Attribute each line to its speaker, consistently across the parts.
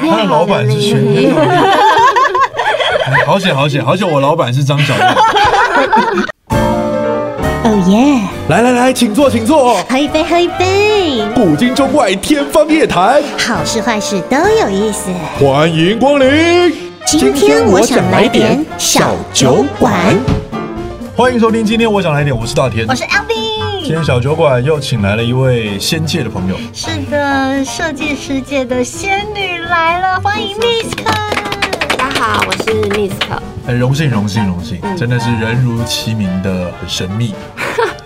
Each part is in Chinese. Speaker 1: 他的老板是全
Speaker 2: 嗯
Speaker 1: 能老爷。哎好险好险好险！我老板是张小亮。
Speaker 2: 哦耶！
Speaker 3: 来来来，请坐，请坐。
Speaker 2: 喝一杯，喝一杯，
Speaker 3: 古今中外，天方夜谭，
Speaker 2: 好事坏事都有意思。
Speaker 3: 欢迎光临。
Speaker 2: 今天我想来点小酒馆。
Speaker 1: 欢迎收听，今天我想来点，我是大天。
Speaker 2: 我是 L B，
Speaker 1: 今天小酒馆又请来了一位仙界的朋友，
Speaker 2: 是的，设计师界的仙女来了，欢迎 Misk。
Speaker 4: 大家好，我是 Misk。
Speaker 1: 很哎荣幸荣幸荣
Speaker 2: 嗯
Speaker 1: 幸，真的是人如其名的很神秘。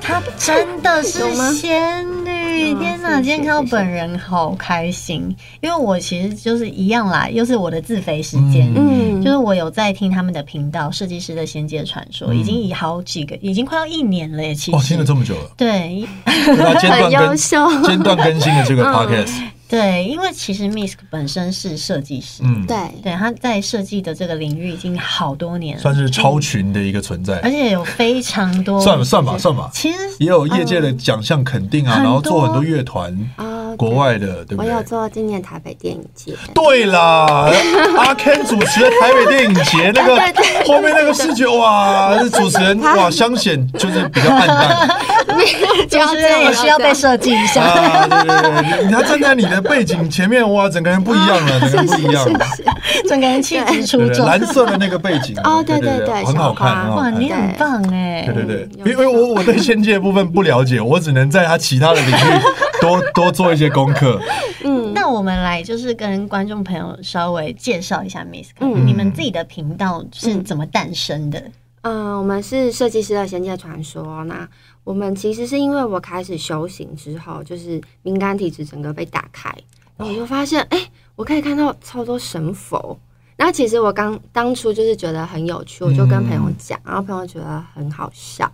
Speaker 2: 她真的是
Speaker 4: 有吗
Speaker 2: 仙女，
Speaker 4: 嗯
Speaker 2: 天哪！
Speaker 4: 谢谢
Speaker 2: 今天看到
Speaker 4: 谢谢
Speaker 2: 本人好开心，因为我其实就是一样啦，又是我的自肥时间。
Speaker 4: 嗯，
Speaker 2: 就是我有在听他们的频道《设计师的仙界传说》，已经已好几个，已经快要一年了耶。其
Speaker 1: 哦，
Speaker 2: 实
Speaker 1: 听了这么久了，
Speaker 2: 对
Speaker 1: 跟他间断
Speaker 4: 很
Speaker 1: 更
Speaker 4: 优秀
Speaker 1: 间断更新的这个
Speaker 2: 嗯
Speaker 1: podcast，
Speaker 2: 对，因为其实 Misk 本身是设计师，
Speaker 1: 嗯，
Speaker 4: 对，
Speaker 2: 对，他在设计的这个领域已经好多年了，
Speaker 1: 算是超群的一个存在
Speaker 2: 而。
Speaker 4: 哎
Speaker 2: 且有非常多。
Speaker 1: 算吧算吧算吧，
Speaker 2: 其实
Speaker 1: 也有业界的奖项肯定啊，
Speaker 2: 嗯
Speaker 1: 然后做
Speaker 2: 很多
Speaker 1: 很多乐团
Speaker 4: 啊，
Speaker 1: 国外的，对不
Speaker 4: 我
Speaker 1: 对
Speaker 4: 有？做今年台北电影节，
Speaker 2: 啊
Speaker 1: 对啦，阿 Ken 主持的台北电影节那 个后面那个视觉，哇，这主持人哇，相显就是比较暗 淡
Speaker 4: 主
Speaker 2: 主持人也需要被设计一下。
Speaker 1: 啊，对对对，你他站在你的背景前面，哇，整个人不一样了，整个人不 一样了，
Speaker 2: 整个人气质
Speaker 1: 对
Speaker 2: 出
Speaker 1: 对，
Speaker 2: 众。
Speaker 1: 蓝色的那个背景，
Speaker 4: 哦
Speaker 1: 对
Speaker 4: 对对对
Speaker 1: 很好看，
Speaker 4: 小花
Speaker 1: 很好
Speaker 2: 哇，
Speaker 1: 看。
Speaker 2: 你很棒哎！
Speaker 1: 对对对，
Speaker 4: 嗯
Speaker 1: 因为因为我我对仙界的部分不了解，我只能在他其他的领域多多做一些功课。
Speaker 4: 嗯，
Speaker 2: 那我们来就是跟观众朋友稍微介绍一下 Miss，、
Speaker 4: 嗯
Speaker 2: 你们自己的频道是怎么诞生的？
Speaker 4: 嗯，我们是设计师的仙界传说。那我们其实是因为我开始修行之后，就是敏感体质整个被打开，然后我就发现，哎、我可以看到超多神佛。然后其实我刚当初就是觉得很有趣，我就跟朋
Speaker 1: 嗯
Speaker 4: 友讲，然后朋友觉得很好笑。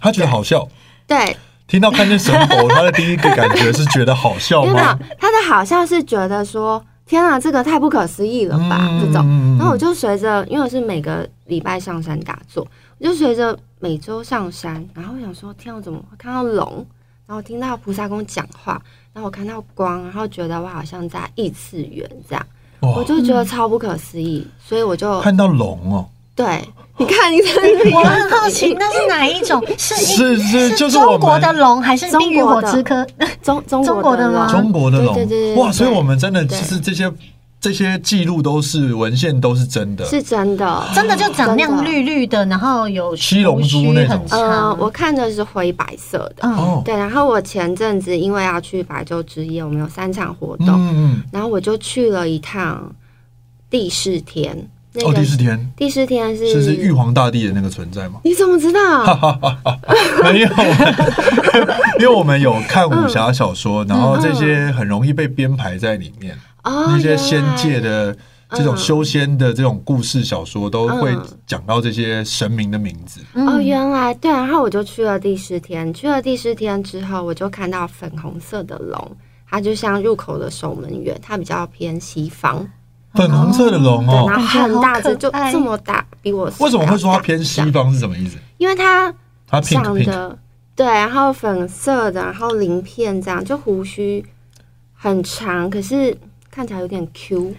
Speaker 1: 他觉得好笑，
Speaker 4: 对，
Speaker 1: 听到看见神佛，他的第一个感觉是觉得好笑
Speaker 4: 因为
Speaker 1: 吗？
Speaker 4: 他的好像是觉得说，天啊，这个太不可思议了吧，
Speaker 1: 嗯
Speaker 4: 这种。
Speaker 1: 嗯
Speaker 4: 然后我就随着，因为我是每个礼拜上山打坐，我就随着每周上山，然后我想说，天啊，怎么会看到龙？然后听到菩萨跟我讲话，然后我看到光，然后觉得我好像在异次元这样，我
Speaker 1: 哇，
Speaker 4: 就觉得超不可思议，所以我就
Speaker 1: 看到龙哦，
Speaker 4: 对，你看，你看，
Speaker 2: 我很好奇，那是哪一 种？是
Speaker 1: 是是就是我
Speaker 2: 中
Speaker 1: 们
Speaker 2: 国的龙，还是冰与火之歌？
Speaker 4: 中中
Speaker 2: 中
Speaker 4: 国
Speaker 2: 国
Speaker 4: 的
Speaker 2: 的
Speaker 4: 龙
Speaker 2: 吗
Speaker 1: 中国的龙
Speaker 4: 啊对对对，对
Speaker 1: 哇！
Speaker 4: 对
Speaker 1: 所以我们真的
Speaker 4: 对
Speaker 1: 就是这些这些记录都是文献都是真的，
Speaker 4: 是真的，
Speaker 2: 真的就长那样绿绿的，然后有
Speaker 1: 七龙珠那种
Speaker 2: 胡须很
Speaker 4: 呃
Speaker 2: 长，
Speaker 4: 我看的是灰白色的，
Speaker 2: 嗯，
Speaker 1: 哦，
Speaker 4: 对，然后我前阵子因为要去白昼之夜，我们有三场活
Speaker 1: 嗯
Speaker 4: 动，
Speaker 1: 嗯，
Speaker 4: 然后我就去了一趟第四天。那
Speaker 1: 嗯哦，
Speaker 4: 个
Speaker 1: 第四天
Speaker 4: 第四天是
Speaker 1: 就是玉皇大帝的那个存在吗？
Speaker 4: 你怎么知道？
Speaker 1: 没有， 因为我们有看武侠小
Speaker 4: 嗯
Speaker 1: 说，然后这些很容易被编排在里面，
Speaker 4: 哦，
Speaker 1: 那些
Speaker 4: 原
Speaker 1: 仙
Speaker 4: 来嗯
Speaker 1: 界的。这种修仙的这种故事小说都会讲到这些神明的名字，
Speaker 4: 嗯
Speaker 2: 嗯
Speaker 4: 哦，原来对。然后我就去了第四天，去了第四天之后，我就看到粉红色的龙，它就像入口的守门员，它比较偏西方，
Speaker 1: 粉红色的龙
Speaker 4: 对，
Speaker 1: 哦。
Speaker 4: 然后很大
Speaker 2: 感觉好可
Speaker 4: 只，就
Speaker 2: 爱
Speaker 4: 这么大，比我手
Speaker 1: 为什么会说它
Speaker 4: 还要大
Speaker 1: 偏
Speaker 4: 这
Speaker 1: 西
Speaker 4: 样
Speaker 1: 方是什么意思？
Speaker 4: 因为它
Speaker 1: 它 pink
Speaker 4: 长
Speaker 1: pink
Speaker 4: 的，对，然后粉色的，然后鳞片这样，就胡须很长，可是看起来有点 Q。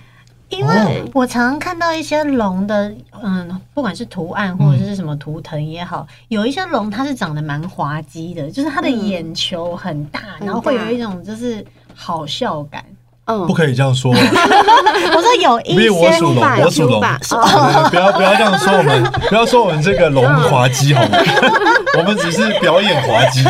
Speaker 2: 因为我常常看到一些龙的，嗯，不管是图案或者是什么图腾也好，有一些龙它是长得蛮滑稽的，就是它的眼球很大，
Speaker 4: 大
Speaker 2: 然后会有一种就是好笑感。
Speaker 4: 嗯
Speaker 1: 不，可以这样 说，哦
Speaker 2: 我说有一
Speaker 1: 因为我
Speaker 2: 些
Speaker 1: 属龙，我属龙， 不要不要这样说我们，不要说我们这个龙滑稽好吗？ 我们只是表演滑稽，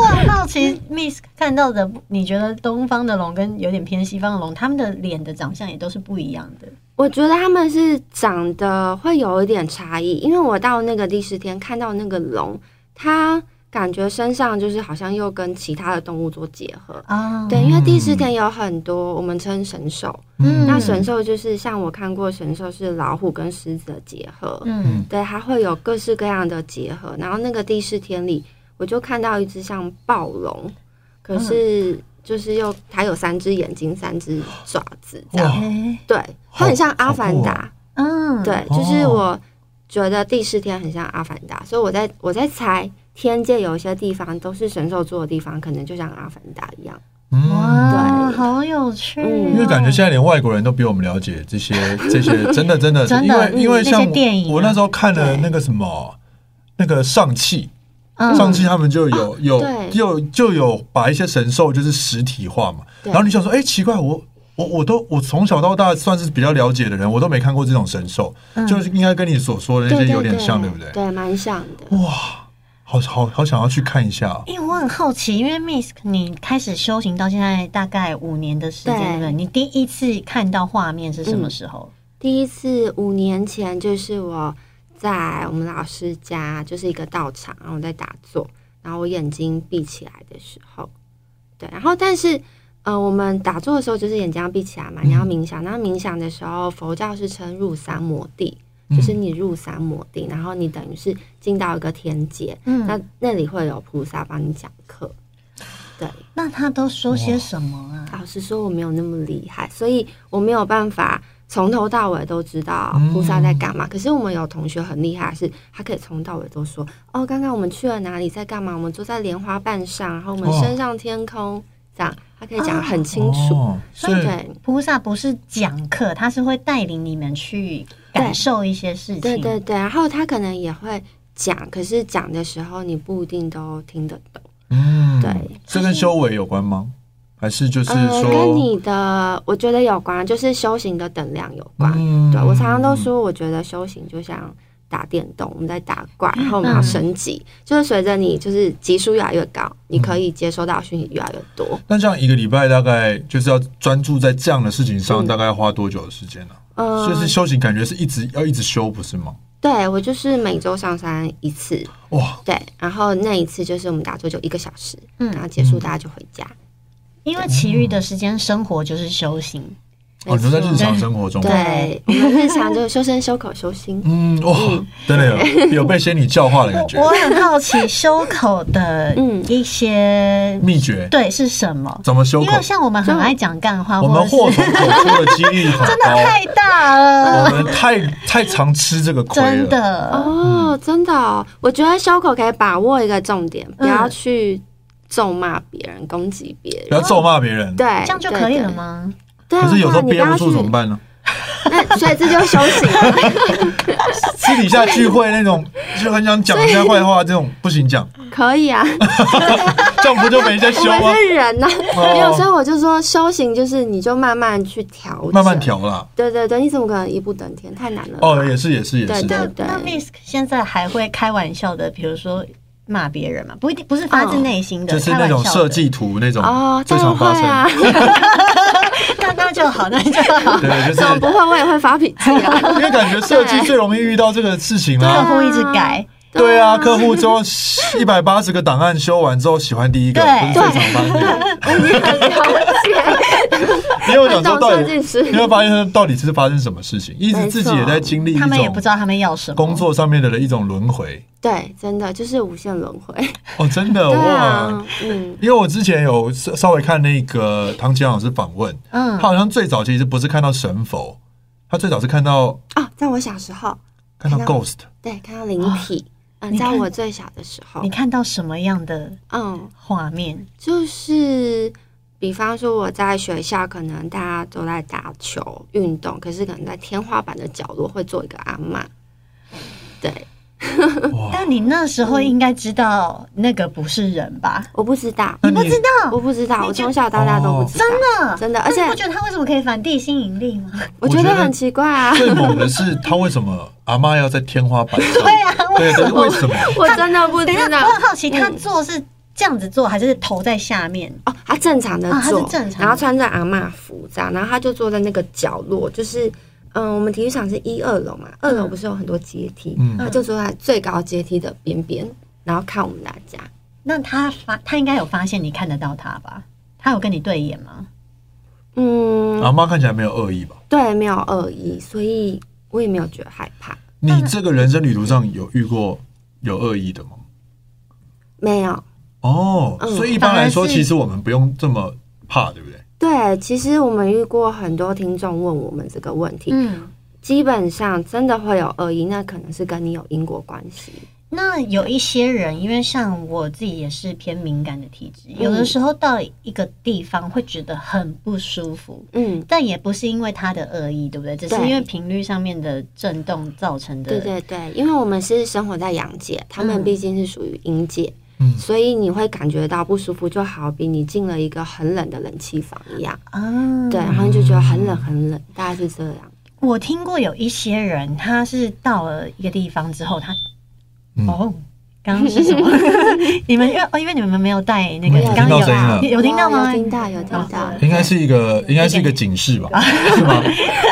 Speaker 2: 我很好奇，Miss 看到的，你觉得东方的龙跟有点偏西方的龙，他们的脸的长相也都是不一样的。
Speaker 4: 我觉得他们是长得会有一点差异，因为我到那个第十天看到那个龙，它感觉身上就是好像又跟其他的动物做结合。
Speaker 2: 啊，
Speaker 4: 对，因为第十
Speaker 1: 哦嗯
Speaker 4: 天有很多我们称神兽，
Speaker 2: 嗯
Speaker 4: 那神兽就是像我看过神兽是老虎跟狮子的结合，
Speaker 2: 嗯
Speaker 4: 对，它会有各式各样的结合。然后那个第四天里，我就看到一只像暴龙，
Speaker 1: 嗯
Speaker 4: 可是就是又它有三只眼睛、三只爪子这样。
Speaker 1: 哇，
Speaker 2: 诶
Speaker 4: 对，它
Speaker 1: 好
Speaker 4: 很像阿
Speaker 1: 好酷
Speaker 4: 凡
Speaker 1: 哦
Speaker 4: 达。
Speaker 2: 哎嗯，
Speaker 4: 对，就是我觉得第四天很像阿凡达，所以我在我在猜。天界有一些地方都是神兽住的地方，可能就像阿凡达一样。
Speaker 1: 嗯，
Speaker 2: 哇，好有趣哦、
Speaker 4: 嗯
Speaker 1: 因为感觉现在连外国人都比我们了解这 些这些，真的真的，
Speaker 2: 真
Speaker 1: 因
Speaker 2: 的
Speaker 4: 嗯
Speaker 1: 为因为
Speaker 2: 那些
Speaker 1: 像我
Speaker 2: 电影啊
Speaker 1: 我那时候看了
Speaker 4: 对
Speaker 1: 那个什么那个上汽，
Speaker 2: 嗯
Speaker 1: 上期他们就有、有
Speaker 4: 啊对
Speaker 1: 有就有把一些神兽就是实体化嘛，
Speaker 4: 对
Speaker 1: 然后你想说，哎、奇怪，我我我都我从小到大算是比较了解的人，我都没看过这种神兽，就是应该跟你所说的那
Speaker 4: 嗯对
Speaker 1: 些
Speaker 4: 对
Speaker 1: 有点像，对不
Speaker 4: 对？
Speaker 1: 对？
Speaker 4: 对，蛮像的。
Speaker 1: 哇，好好好想要去看一下哦、
Speaker 2: 因为我很好奇，因为 Miss 你开始修行到现在大概五年的时间，
Speaker 4: 对嗯
Speaker 2: 对不对？你第一次看到画面是什么时候？
Speaker 4: 第一次五年前就是我在我们老师家，就是一个道场，然后我在打坐，然后我眼睛闭起来的时候，对，然后但是呃，我们打坐的时候就是眼睛要闭起来嘛，你要冥想，那冥想的时候，佛教是称入三摩地，就是你入三摩地，然后你等于是进到一个天界，
Speaker 2: 嗯
Speaker 4: 那那里会有菩萨帮你讲课，对。
Speaker 2: 那他都说些什么啊？
Speaker 4: 老实说，我没有那么厉害，所以我没有办法从头到尾都知道
Speaker 1: 嗯
Speaker 4: 菩萨在干嘛。可是我们有同学很厉害是，他可以从头到尾都说：“哦，刚刚我们去了哪里，在干嘛？我们坐在莲花瓣上，然后我们
Speaker 1: 哦
Speaker 4: 升上天空，这样他可以讲得很清楚。
Speaker 1: 哦，所以
Speaker 4: 对
Speaker 2: 菩萨不是讲课，他是会带领你们去感受一些事情。
Speaker 4: 对对对，然后他可能也会讲，可是讲的时候你不一定都听得懂。
Speaker 1: 嗯，
Speaker 4: 对，
Speaker 1: 这跟修为有关吗？还是就是
Speaker 4: 呃，跟
Speaker 1: 说，
Speaker 4: 你的我觉得有关，就是修行的等量有关。
Speaker 1: 嗯
Speaker 4: 对我常常都说，我觉得修行就像打电动，我们在打怪，
Speaker 2: 嗯
Speaker 4: 然后我们要升级，就是随着你就是级数越来越高，你可以接收到讯息越来越多。
Speaker 1: 那这样一个礼拜大概就是要专注在这样的事情上，
Speaker 4: 嗯
Speaker 1: 大概要花多久的时间呢、
Speaker 4: 呃，
Speaker 1: 就是修行，感觉是一直要一直修，不是吗？
Speaker 4: 对我就是每周上山一次，
Speaker 1: 哇，
Speaker 4: 对，然后那一次就是我们打坐就一个小时，
Speaker 2: 嗯
Speaker 4: 然后结束大家就回家。
Speaker 2: 因为其余的时间生活就是修行。
Speaker 1: 哦，你说在日常生活中，
Speaker 4: 对，我们日常就是修身、修口、修心。
Speaker 1: 嗯，哇，真的有有被仙女教化的感觉
Speaker 2: 我。很好奇修口的
Speaker 4: 嗯
Speaker 2: 一些、
Speaker 1: 秘诀
Speaker 2: 对是什么？
Speaker 1: 怎么修
Speaker 2: 因
Speaker 1: 口
Speaker 2: 为？像我们很爱讲干话，
Speaker 1: 我们
Speaker 2: 或
Speaker 1: 祸
Speaker 2: 者是
Speaker 1: 从口出的几率 很高，
Speaker 2: 太大了，
Speaker 1: 我们太太常吃这个亏
Speaker 2: 真
Speaker 1: 了。
Speaker 2: 的。
Speaker 4: 哦，真的、哦，我觉得修口可以把握一个重点，不
Speaker 2: 嗯
Speaker 4: 要去咒骂别人、攻击别
Speaker 1: 不要
Speaker 4: 人。
Speaker 1: 咒骂别人，
Speaker 4: 对，
Speaker 2: 这样就
Speaker 4: 对
Speaker 2: 可以
Speaker 4: 对
Speaker 2: 了吗？
Speaker 4: 对啊
Speaker 1: 可是有时候
Speaker 4: 你不
Speaker 1: 憋
Speaker 4: 要
Speaker 1: 不
Speaker 4: 去，
Speaker 1: 住怎么办呢？
Speaker 4: 那所以这就是修 行。
Speaker 1: 私底下聚会那种就很想讲人家坏话，这种不行讲，
Speaker 4: 可以啊，
Speaker 1: 这样不就没在
Speaker 4: 我
Speaker 1: 修吗
Speaker 4: 们？是人呐、
Speaker 1: 哦
Speaker 4: 没有，所以我就说修行就是你就慢慢去调整，
Speaker 1: 慢慢。调啦。
Speaker 4: 对对对，你怎么可能一步登天？太难了。
Speaker 1: 哦，也是也是也是
Speaker 4: 嗯对，对
Speaker 2: 那 Miss 现在还会开玩笑的，比如说骂别人嘛，不一定不是发自内心
Speaker 1: 哦
Speaker 2: 的，
Speaker 1: 就是那种
Speaker 2: 开玩笑的
Speaker 1: 设。计图那种
Speaker 4: 哦，
Speaker 1: 最
Speaker 4: 当
Speaker 1: 常
Speaker 4: 然会
Speaker 1: 发
Speaker 4: 啊
Speaker 1: 生。，
Speaker 2: 那那就好，那就 好。
Speaker 1: 对，就
Speaker 4: 怎么
Speaker 1: 是
Speaker 4: 不会？我也会发脾气啊。
Speaker 1: 因为感觉设计最容易遇到这个事情啦、
Speaker 2: 客户一直改，
Speaker 1: 对啊，客户之后一百八十个档案修完之后喜欢第一个，不
Speaker 2: 对
Speaker 1: 是最常发生的。
Speaker 4: 你很了解，
Speaker 1: 因为我想说到
Speaker 4: 很懂设计
Speaker 1: 底，
Speaker 4: 师
Speaker 1: 你会发现他到底是发生什么事情，一直
Speaker 4: 没错
Speaker 1: 自己也在经历一
Speaker 2: 他们也不
Speaker 1: 种
Speaker 2: 知道他们要什么。
Speaker 1: 工作上面的一种轮回。
Speaker 4: 对，真的就是无限轮回。
Speaker 1: 哦，真的
Speaker 4: 对
Speaker 1: 哇！
Speaker 4: 啊，嗯，
Speaker 1: 因为我之前有稍稍微看那个唐吉诃老师访问，他
Speaker 2: 嗯，
Speaker 1: 好像最早其实不是看到神佛，他最早是看到
Speaker 4: 哦，在我小时候，
Speaker 1: 看
Speaker 2: 哎
Speaker 1: 到
Speaker 4: 看到
Speaker 1: ghost。
Speaker 4: 对，看到灵体。
Speaker 1: 哦
Speaker 4: 嗯，
Speaker 2: 你
Speaker 4: 在
Speaker 2: 看
Speaker 4: 我最小的时候
Speaker 2: 你，看到什么样的
Speaker 4: 嗯，
Speaker 2: 画面？
Speaker 4: 就是比方说我在学校，可能大家都在打球运动，可是可能在天花板的角落会做一个阿嬷。对，
Speaker 2: 但你那时候应该知道那个不是人吧？
Speaker 4: 我不知道，
Speaker 1: 那你
Speaker 2: 知道
Speaker 4: 我不知道，
Speaker 2: 你
Speaker 4: 我
Speaker 2: 就哦
Speaker 4: 从小到大都不知道，
Speaker 2: 的
Speaker 4: 真的，而且
Speaker 2: 那你不觉得他为什么可以反地心引力吗？
Speaker 4: 我觉得很奇怪啊，
Speaker 1: 最猛的是他为什么阿妈要在天花板上？
Speaker 2: 对啊，我
Speaker 1: 对对，嗯为什么？
Speaker 4: 我真的不
Speaker 2: 等一下
Speaker 4: 知
Speaker 2: 我很
Speaker 4: 道。
Speaker 2: 好奇，他做是这样子做，还是头在下面？
Speaker 4: 哦，他正常的
Speaker 2: 啊他是
Speaker 4: 做，
Speaker 2: 正常的
Speaker 4: 然后穿着阿嬷服这样，然后他就坐在那个角落，就是，嗯、我们体育场是一二楼嘛，二
Speaker 2: 嗯
Speaker 4: 楼不是有很多阶梯，
Speaker 1: 嗯
Speaker 4: 他就坐在最高阶梯的边边，然后看我们大家。
Speaker 2: 那他发他应该有发现你看得到他吧？他有跟你对眼吗？
Speaker 4: 嗯，
Speaker 1: 阿妈看起来没有恶意吧？
Speaker 4: 对，没有恶意，所以我也没有觉得害怕。
Speaker 1: 你
Speaker 2: 嗯
Speaker 1: 这个人生旅途上有遇过有恶意的吗？
Speaker 4: 没有，
Speaker 1: 哦，
Speaker 4: 嗯
Speaker 1: 所以一般来说，
Speaker 2: 反而是
Speaker 1: 其实我们不用这么怕，对不对？
Speaker 4: 对，其实我们遇过很多听众问我们这个问题，
Speaker 2: 嗯，
Speaker 4: 基本上真的会有恶意，那可能是跟你有因果关系。
Speaker 2: 那有一些人，因为像我自己也是偏敏感的体
Speaker 4: 嗯
Speaker 2: 质，有的时候到一个地方会觉得很不舒服，
Speaker 4: 嗯，
Speaker 2: 但也不是因为他的恶意，对不对？只是
Speaker 4: 对
Speaker 2: 因为频率上面的震动造成的。
Speaker 4: 对对对，因为我们是生活在阳界，他们
Speaker 2: 嗯
Speaker 4: 毕竟是属于阴界，
Speaker 1: 嗯
Speaker 4: 所以你会感觉到不舒服，就好比你进了一个很冷的冷气房一样，
Speaker 2: 啊，
Speaker 4: 对，然后你就觉得很冷很冷，大概是这样。
Speaker 2: 我听过有一些人，他是到了一个地方之后，他、
Speaker 1: 嗯
Speaker 2: 哦，刚刚是什 么？你们因为哦，因为你们没有带那个
Speaker 1: 没有，
Speaker 2: 刚
Speaker 1: 听到
Speaker 2: 刚
Speaker 1: 声音了
Speaker 2: 有有听到吗？哦
Speaker 4: 有听到，有听到，
Speaker 1: 应该是一个，应该是一个警示吧？是吗？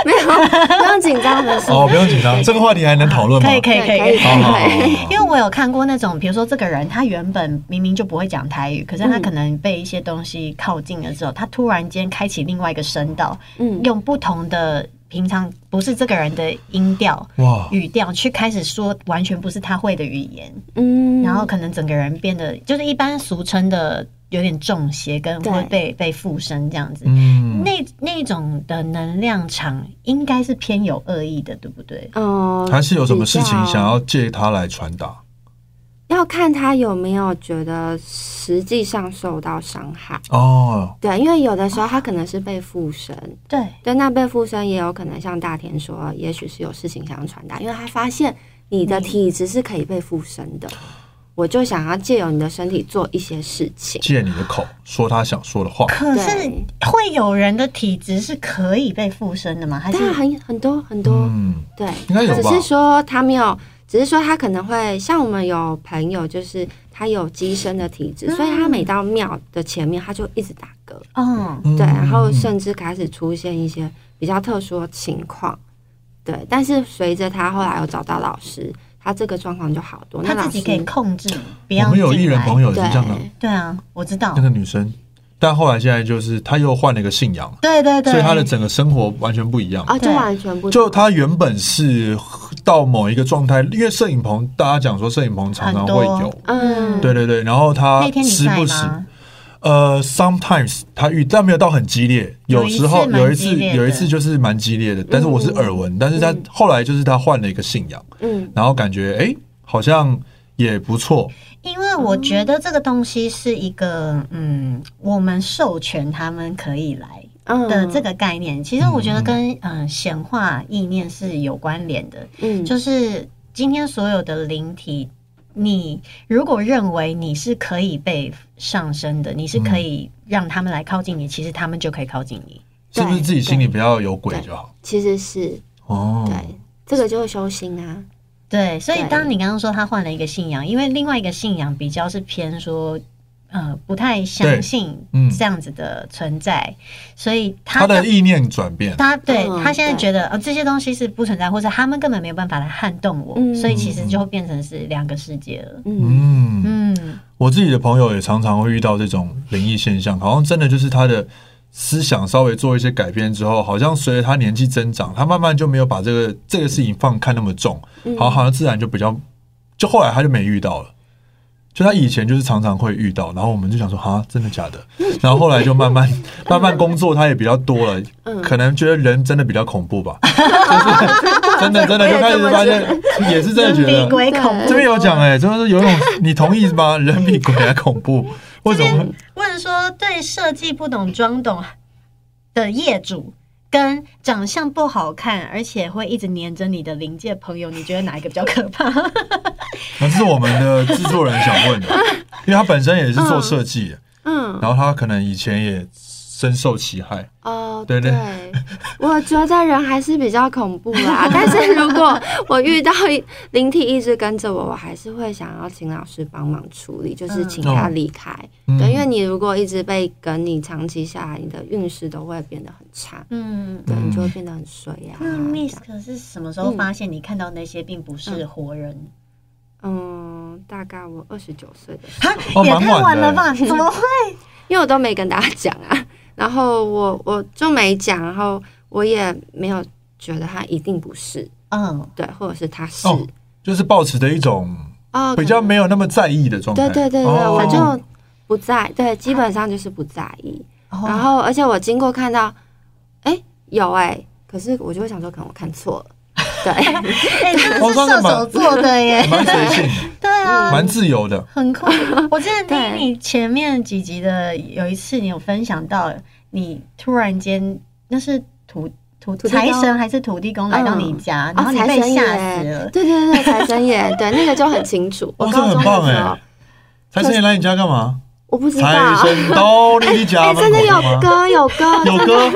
Speaker 4: 没有，不用紧张，没事。
Speaker 1: 哦，不用紧张，这个话题还能讨论吗？
Speaker 2: 可以可以
Speaker 4: 对
Speaker 2: 可以。
Speaker 4: 可以
Speaker 1: 好好好好好
Speaker 2: 因为我有看过那种，比如说这个人他原本明明就不会讲台语，
Speaker 4: 嗯
Speaker 2: 可是他可能被一些东西靠近了之后，他突然间开启另外一个声道，
Speaker 4: 嗯，
Speaker 2: 用不同的平常不是这个人的音调、
Speaker 1: 哇，
Speaker 2: 语调去开始说完全不是他会的语言，
Speaker 4: 嗯，
Speaker 2: 然后可能整个人变得就是一般俗称的有点中邪，跟
Speaker 4: 对
Speaker 2: 会被被附身这样子。
Speaker 1: 嗯，
Speaker 2: 那那种的能量场应该是偏有恶意的，对不对？嗯
Speaker 4: 哦，
Speaker 1: 还是有什么事
Speaker 4: 比
Speaker 1: 情
Speaker 4: 较
Speaker 1: 想要借他来传达？
Speaker 4: 要看他有没有觉得实际上受到伤害。
Speaker 1: 哦，
Speaker 4: 对，因为有的时候他可能是被附身，
Speaker 2: 对，
Speaker 4: 对，那被附身也有可能像大田说，也许是有事情想要传达，因为他发现你
Speaker 2: 嗯
Speaker 4: 的体质是可以被附身的，我就想要借由你的身体做一些事情。
Speaker 1: 借你的口说他想说的话。
Speaker 2: 可是
Speaker 4: 对
Speaker 2: 会有人的体质是可以被附身的吗？还是
Speaker 4: 当然很很多很多，
Speaker 1: 嗯，
Speaker 4: 对，
Speaker 1: 应该有
Speaker 4: 只
Speaker 1: 吧
Speaker 4: 是说他没有，只是说他可能会像我们有朋友，就是他有机身的体
Speaker 1: 嗯
Speaker 4: 质，所以他每到庙的前面，他就一直打嗝，
Speaker 2: 嗯，
Speaker 1: 嗯
Speaker 4: 对，然后
Speaker 1: 嗯
Speaker 4: 甚至开始出现一些比较特殊的情况，对。但是随着他后来有找到老师，他这个状况就好多。那
Speaker 2: 他
Speaker 4: 老
Speaker 2: 自
Speaker 4: 师
Speaker 2: 己可以控制，
Speaker 1: 我
Speaker 2: 不要
Speaker 1: 们有艺人
Speaker 2: 进来
Speaker 1: 朋。友也是
Speaker 4: 对
Speaker 1: 这样的，
Speaker 2: 对啊，我知道
Speaker 1: 那。个女生，但后来现在就是她又换了一个信仰，
Speaker 2: 对对对，
Speaker 1: 所以她的整个生活完全不一样。
Speaker 4: 啊，就
Speaker 2: 对
Speaker 4: 完全不
Speaker 1: 就她原本是到某一个状态，因为摄影棚，大家讲说摄影棚常常会
Speaker 2: 很
Speaker 1: 有
Speaker 2: 多，
Speaker 4: 嗯，
Speaker 1: 对对对，然后她
Speaker 2: 那天你
Speaker 1: 时
Speaker 2: 在
Speaker 1: 不时，
Speaker 2: 吗？
Speaker 1: 呃，sometimes 她遇，但没有到很激烈，
Speaker 2: 有
Speaker 1: 有
Speaker 2: 一
Speaker 1: 时
Speaker 2: 次
Speaker 1: 候
Speaker 2: 蛮
Speaker 1: 有一
Speaker 2: 激
Speaker 1: 次
Speaker 2: 烈的
Speaker 1: 有一次就是蛮激烈的，但是我是耳闻，但是她
Speaker 4: 嗯
Speaker 1: 后来就是她换了一个信仰，
Speaker 4: 嗯
Speaker 1: 然后感觉哎、诶好像也不错，
Speaker 2: 因为我觉得这个东西是一个，嗯，我们授权他们可以来
Speaker 4: 嗯
Speaker 2: 的这个概念。其实我觉得跟嗯显化意念是有关联的，
Speaker 4: 嗯
Speaker 2: 就是今天所有的灵体，你如果认为你是可以被上升的，你是
Speaker 1: 嗯
Speaker 2: 可以让他们来靠近你，其实他们就可以靠近你。
Speaker 1: 是不是
Speaker 4: 对
Speaker 1: 自己心里
Speaker 4: 对
Speaker 1: 不要有鬼
Speaker 4: 对
Speaker 1: 就好？
Speaker 4: 其实是
Speaker 1: 哦，
Speaker 4: 对这个就是修心啊，
Speaker 2: 对，所以
Speaker 4: 对
Speaker 2: 当你刚刚说他换了一个信仰，因为另外一个信仰比较是偏说，呃，不太相信
Speaker 1: 嗯
Speaker 2: 这样子的存在，所以他
Speaker 1: 他的
Speaker 2: 的
Speaker 1: 意念转变，
Speaker 2: 他对
Speaker 4: 嗯
Speaker 2: 他现在
Speaker 4: 对
Speaker 2: 觉得呃这些东西是不存在，或者他们根本没有办法来撼动我，
Speaker 4: 嗯
Speaker 2: 所以其实就会变成是两个世界了。
Speaker 4: 嗯
Speaker 1: 嗯，
Speaker 2: 嗯，
Speaker 1: 我自己的朋友也常常会遇到这种灵异现象，好像真的就是他的思想稍微做一些改变之后，好像随着他年纪增长，他慢慢就没有把这个这个事情放看那么重，好，好像自然就比较，就后来他就没遇到了。就他以前就是常常会遇到，然后我们就想说哈，真的假的？然后后来就慢慢慢慢工作，他也比较多了，
Speaker 4: 嗯
Speaker 1: 可能觉得人真的比较恐怖吧，就是真的真的就开始发现，也是真的觉
Speaker 2: 比
Speaker 1: 得
Speaker 2: 鬼恐怖。
Speaker 1: 这边有讲哎、就是有一种你同意吗？人比鬼还恐 怖，为什么？
Speaker 2: 或者说对设计不懂装懂的业主，跟长相不好看而且会一直黏着你的临界朋友，你觉得哪一个比较可怕？
Speaker 1: 那这是我们的制作人想问的， 因为他本身也是做设计的，
Speaker 4: 嗯
Speaker 1: 然后他可能以前也深受其害。
Speaker 4: 哦，
Speaker 1: 对对
Speaker 4: 我觉得人还是比较恐怖啦。但是如果我遇到一灵体一直跟着我，我还是会想要请老师帮忙处理，就是请他离开。
Speaker 1: 嗯
Speaker 4: 对，因为你如果一直被跟，你长期下来，你的运势都会变得很差，
Speaker 2: 嗯。
Speaker 4: 对，
Speaker 1: 嗯
Speaker 4: 你就会变得很衰 啊。
Speaker 2: 那
Speaker 4: 这
Speaker 2: Miss
Speaker 4: 样
Speaker 2: 可是什么时候发现你看到那些并不是活人？
Speaker 4: 嗯，大概我二十九岁的时候，
Speaker 2: 哈
Speaker 1: 哦
Speaker 2: 也
Speaker 1: 蛮
Speaker 2: 太
Speaker 1: 晚
Speaker 2: 晚
Speaker 1: 的
Speaker 2: 了 吧？怎么会？
Speaker 4: 因为我都没跟大家讲啊， 然后我我就没讲，然后我也没有觉得他一定不是，
Speaker 2: 嗯，
Speaker 4: 对，或者是他是
Speaker 1: 哦就是抱持着一种
Speaker 4: 哦
Speaker 1: 比较
Speaker 4: 可能
Speaker 1: 没有那么在意的状态。
Speaker 4: 对对对对，
Speaker 1: 哦
Speaker 4: 我就不在，对，基本上就是不在意。
Speaker 2: 哦，
Speaker 4: 然后， 而且我经过看到，哎、有哎、可是我就会想说，可能我看错了，对，
Speaker 2: 哎、真的
Speaker 1: 哦
Speaker 2: 是
Speaker 1: 这样
Speaker 2: 射
Speaker 1: 干嘛
Speaker 2: 手座的耶，
Speaker 1: 蛮随性 的，
Speaker 2: 对啊，
Speaker 1: 蛮自由的。
Speaker 2: 很酷。我之前听
Speaker 4: 对
Speaker 2: 你前面几集的，有一次你有分享到，你突然间那是土土
Speaker 4: 土地公
Speaker 2: 财神还是土地公来到你家，然后
Speaker 4: 哦
Speaker 2: 你
Speaker 4: 财
Speaker 2: 被
Speaker 4: 神
Speaker 2: 吓死
Speaker 4: 爷
Speaker 2: 了，。
Speaker 4: 对对对，财神爷，对那个就很 清楚。我
Speaker 1: 哇
Speaker 4: 高
Speaker 1: 这
Speaker 4: 中
Speaker 1: 很棒
Speaker 4: 的时
Speaker 1: 哎
Speaker 4: 候，
Speaker 1: 财神爷来你家干嘛？
Speaker 4: 我不知道，
Speaker 1: 财神到你家
Speaker 4: 哎，
Speaker 1: 门
Speaker 4: 真
Speaker 1: 口
Speaker 4: 的有
Speaker 1: 是吗？
Speaker 4: 歌有 歌，
Speaker 1: 有歌，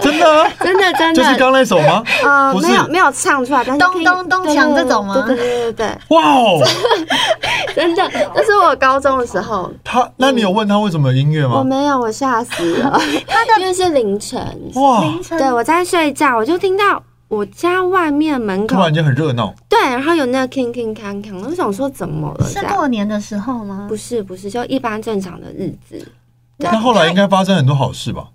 Speaker 1: 真的啊，
Speaker 4: 真的真
Speaker 1: 就是
Speaker 4: 的，
Speaker 1: 刚那首吗？
Speaker 4: 呃，
Speaker 1: 不是
Speaker 4: 没有没有唱出来，但是
Speaker 2: 咚
Speaker 4: 可以
Speaker 2: 咚咚
Speaker 4: 对对
Speaker 2: 锵
Speaker 4: 对
Speaker 2: 这种吗
Speaker 4: 对对对对对
Speaker 1: 哇哦，
Speaker 4: 对，真的，那是我高中的时候，
Speaker 1: 他那你有问他为什么有音乐
Speaker 4: 我
Speaker 1: 吗？
Speaker 4: 没有，我吓死 了，因为是凌晨，
Speaker 1: 哇，
Speaker 2: 凌晨
Speaker 4: 对我在睡觉，我就听到我家外面门
Speaker 1: 突
Speaker 4: 口
Speaker 1: 然间很热闹，
Speaker 4: 对，然后有那个 king king kang kang，我就想说怎么了这
Speaker 2: 是过
Speaker 4: 样？
Speaker 2: 年的时候吗？
Speaker 4: 不是不是，就一般正常的日子。
Speaker 1: 那后 来应该发生很多好事吧？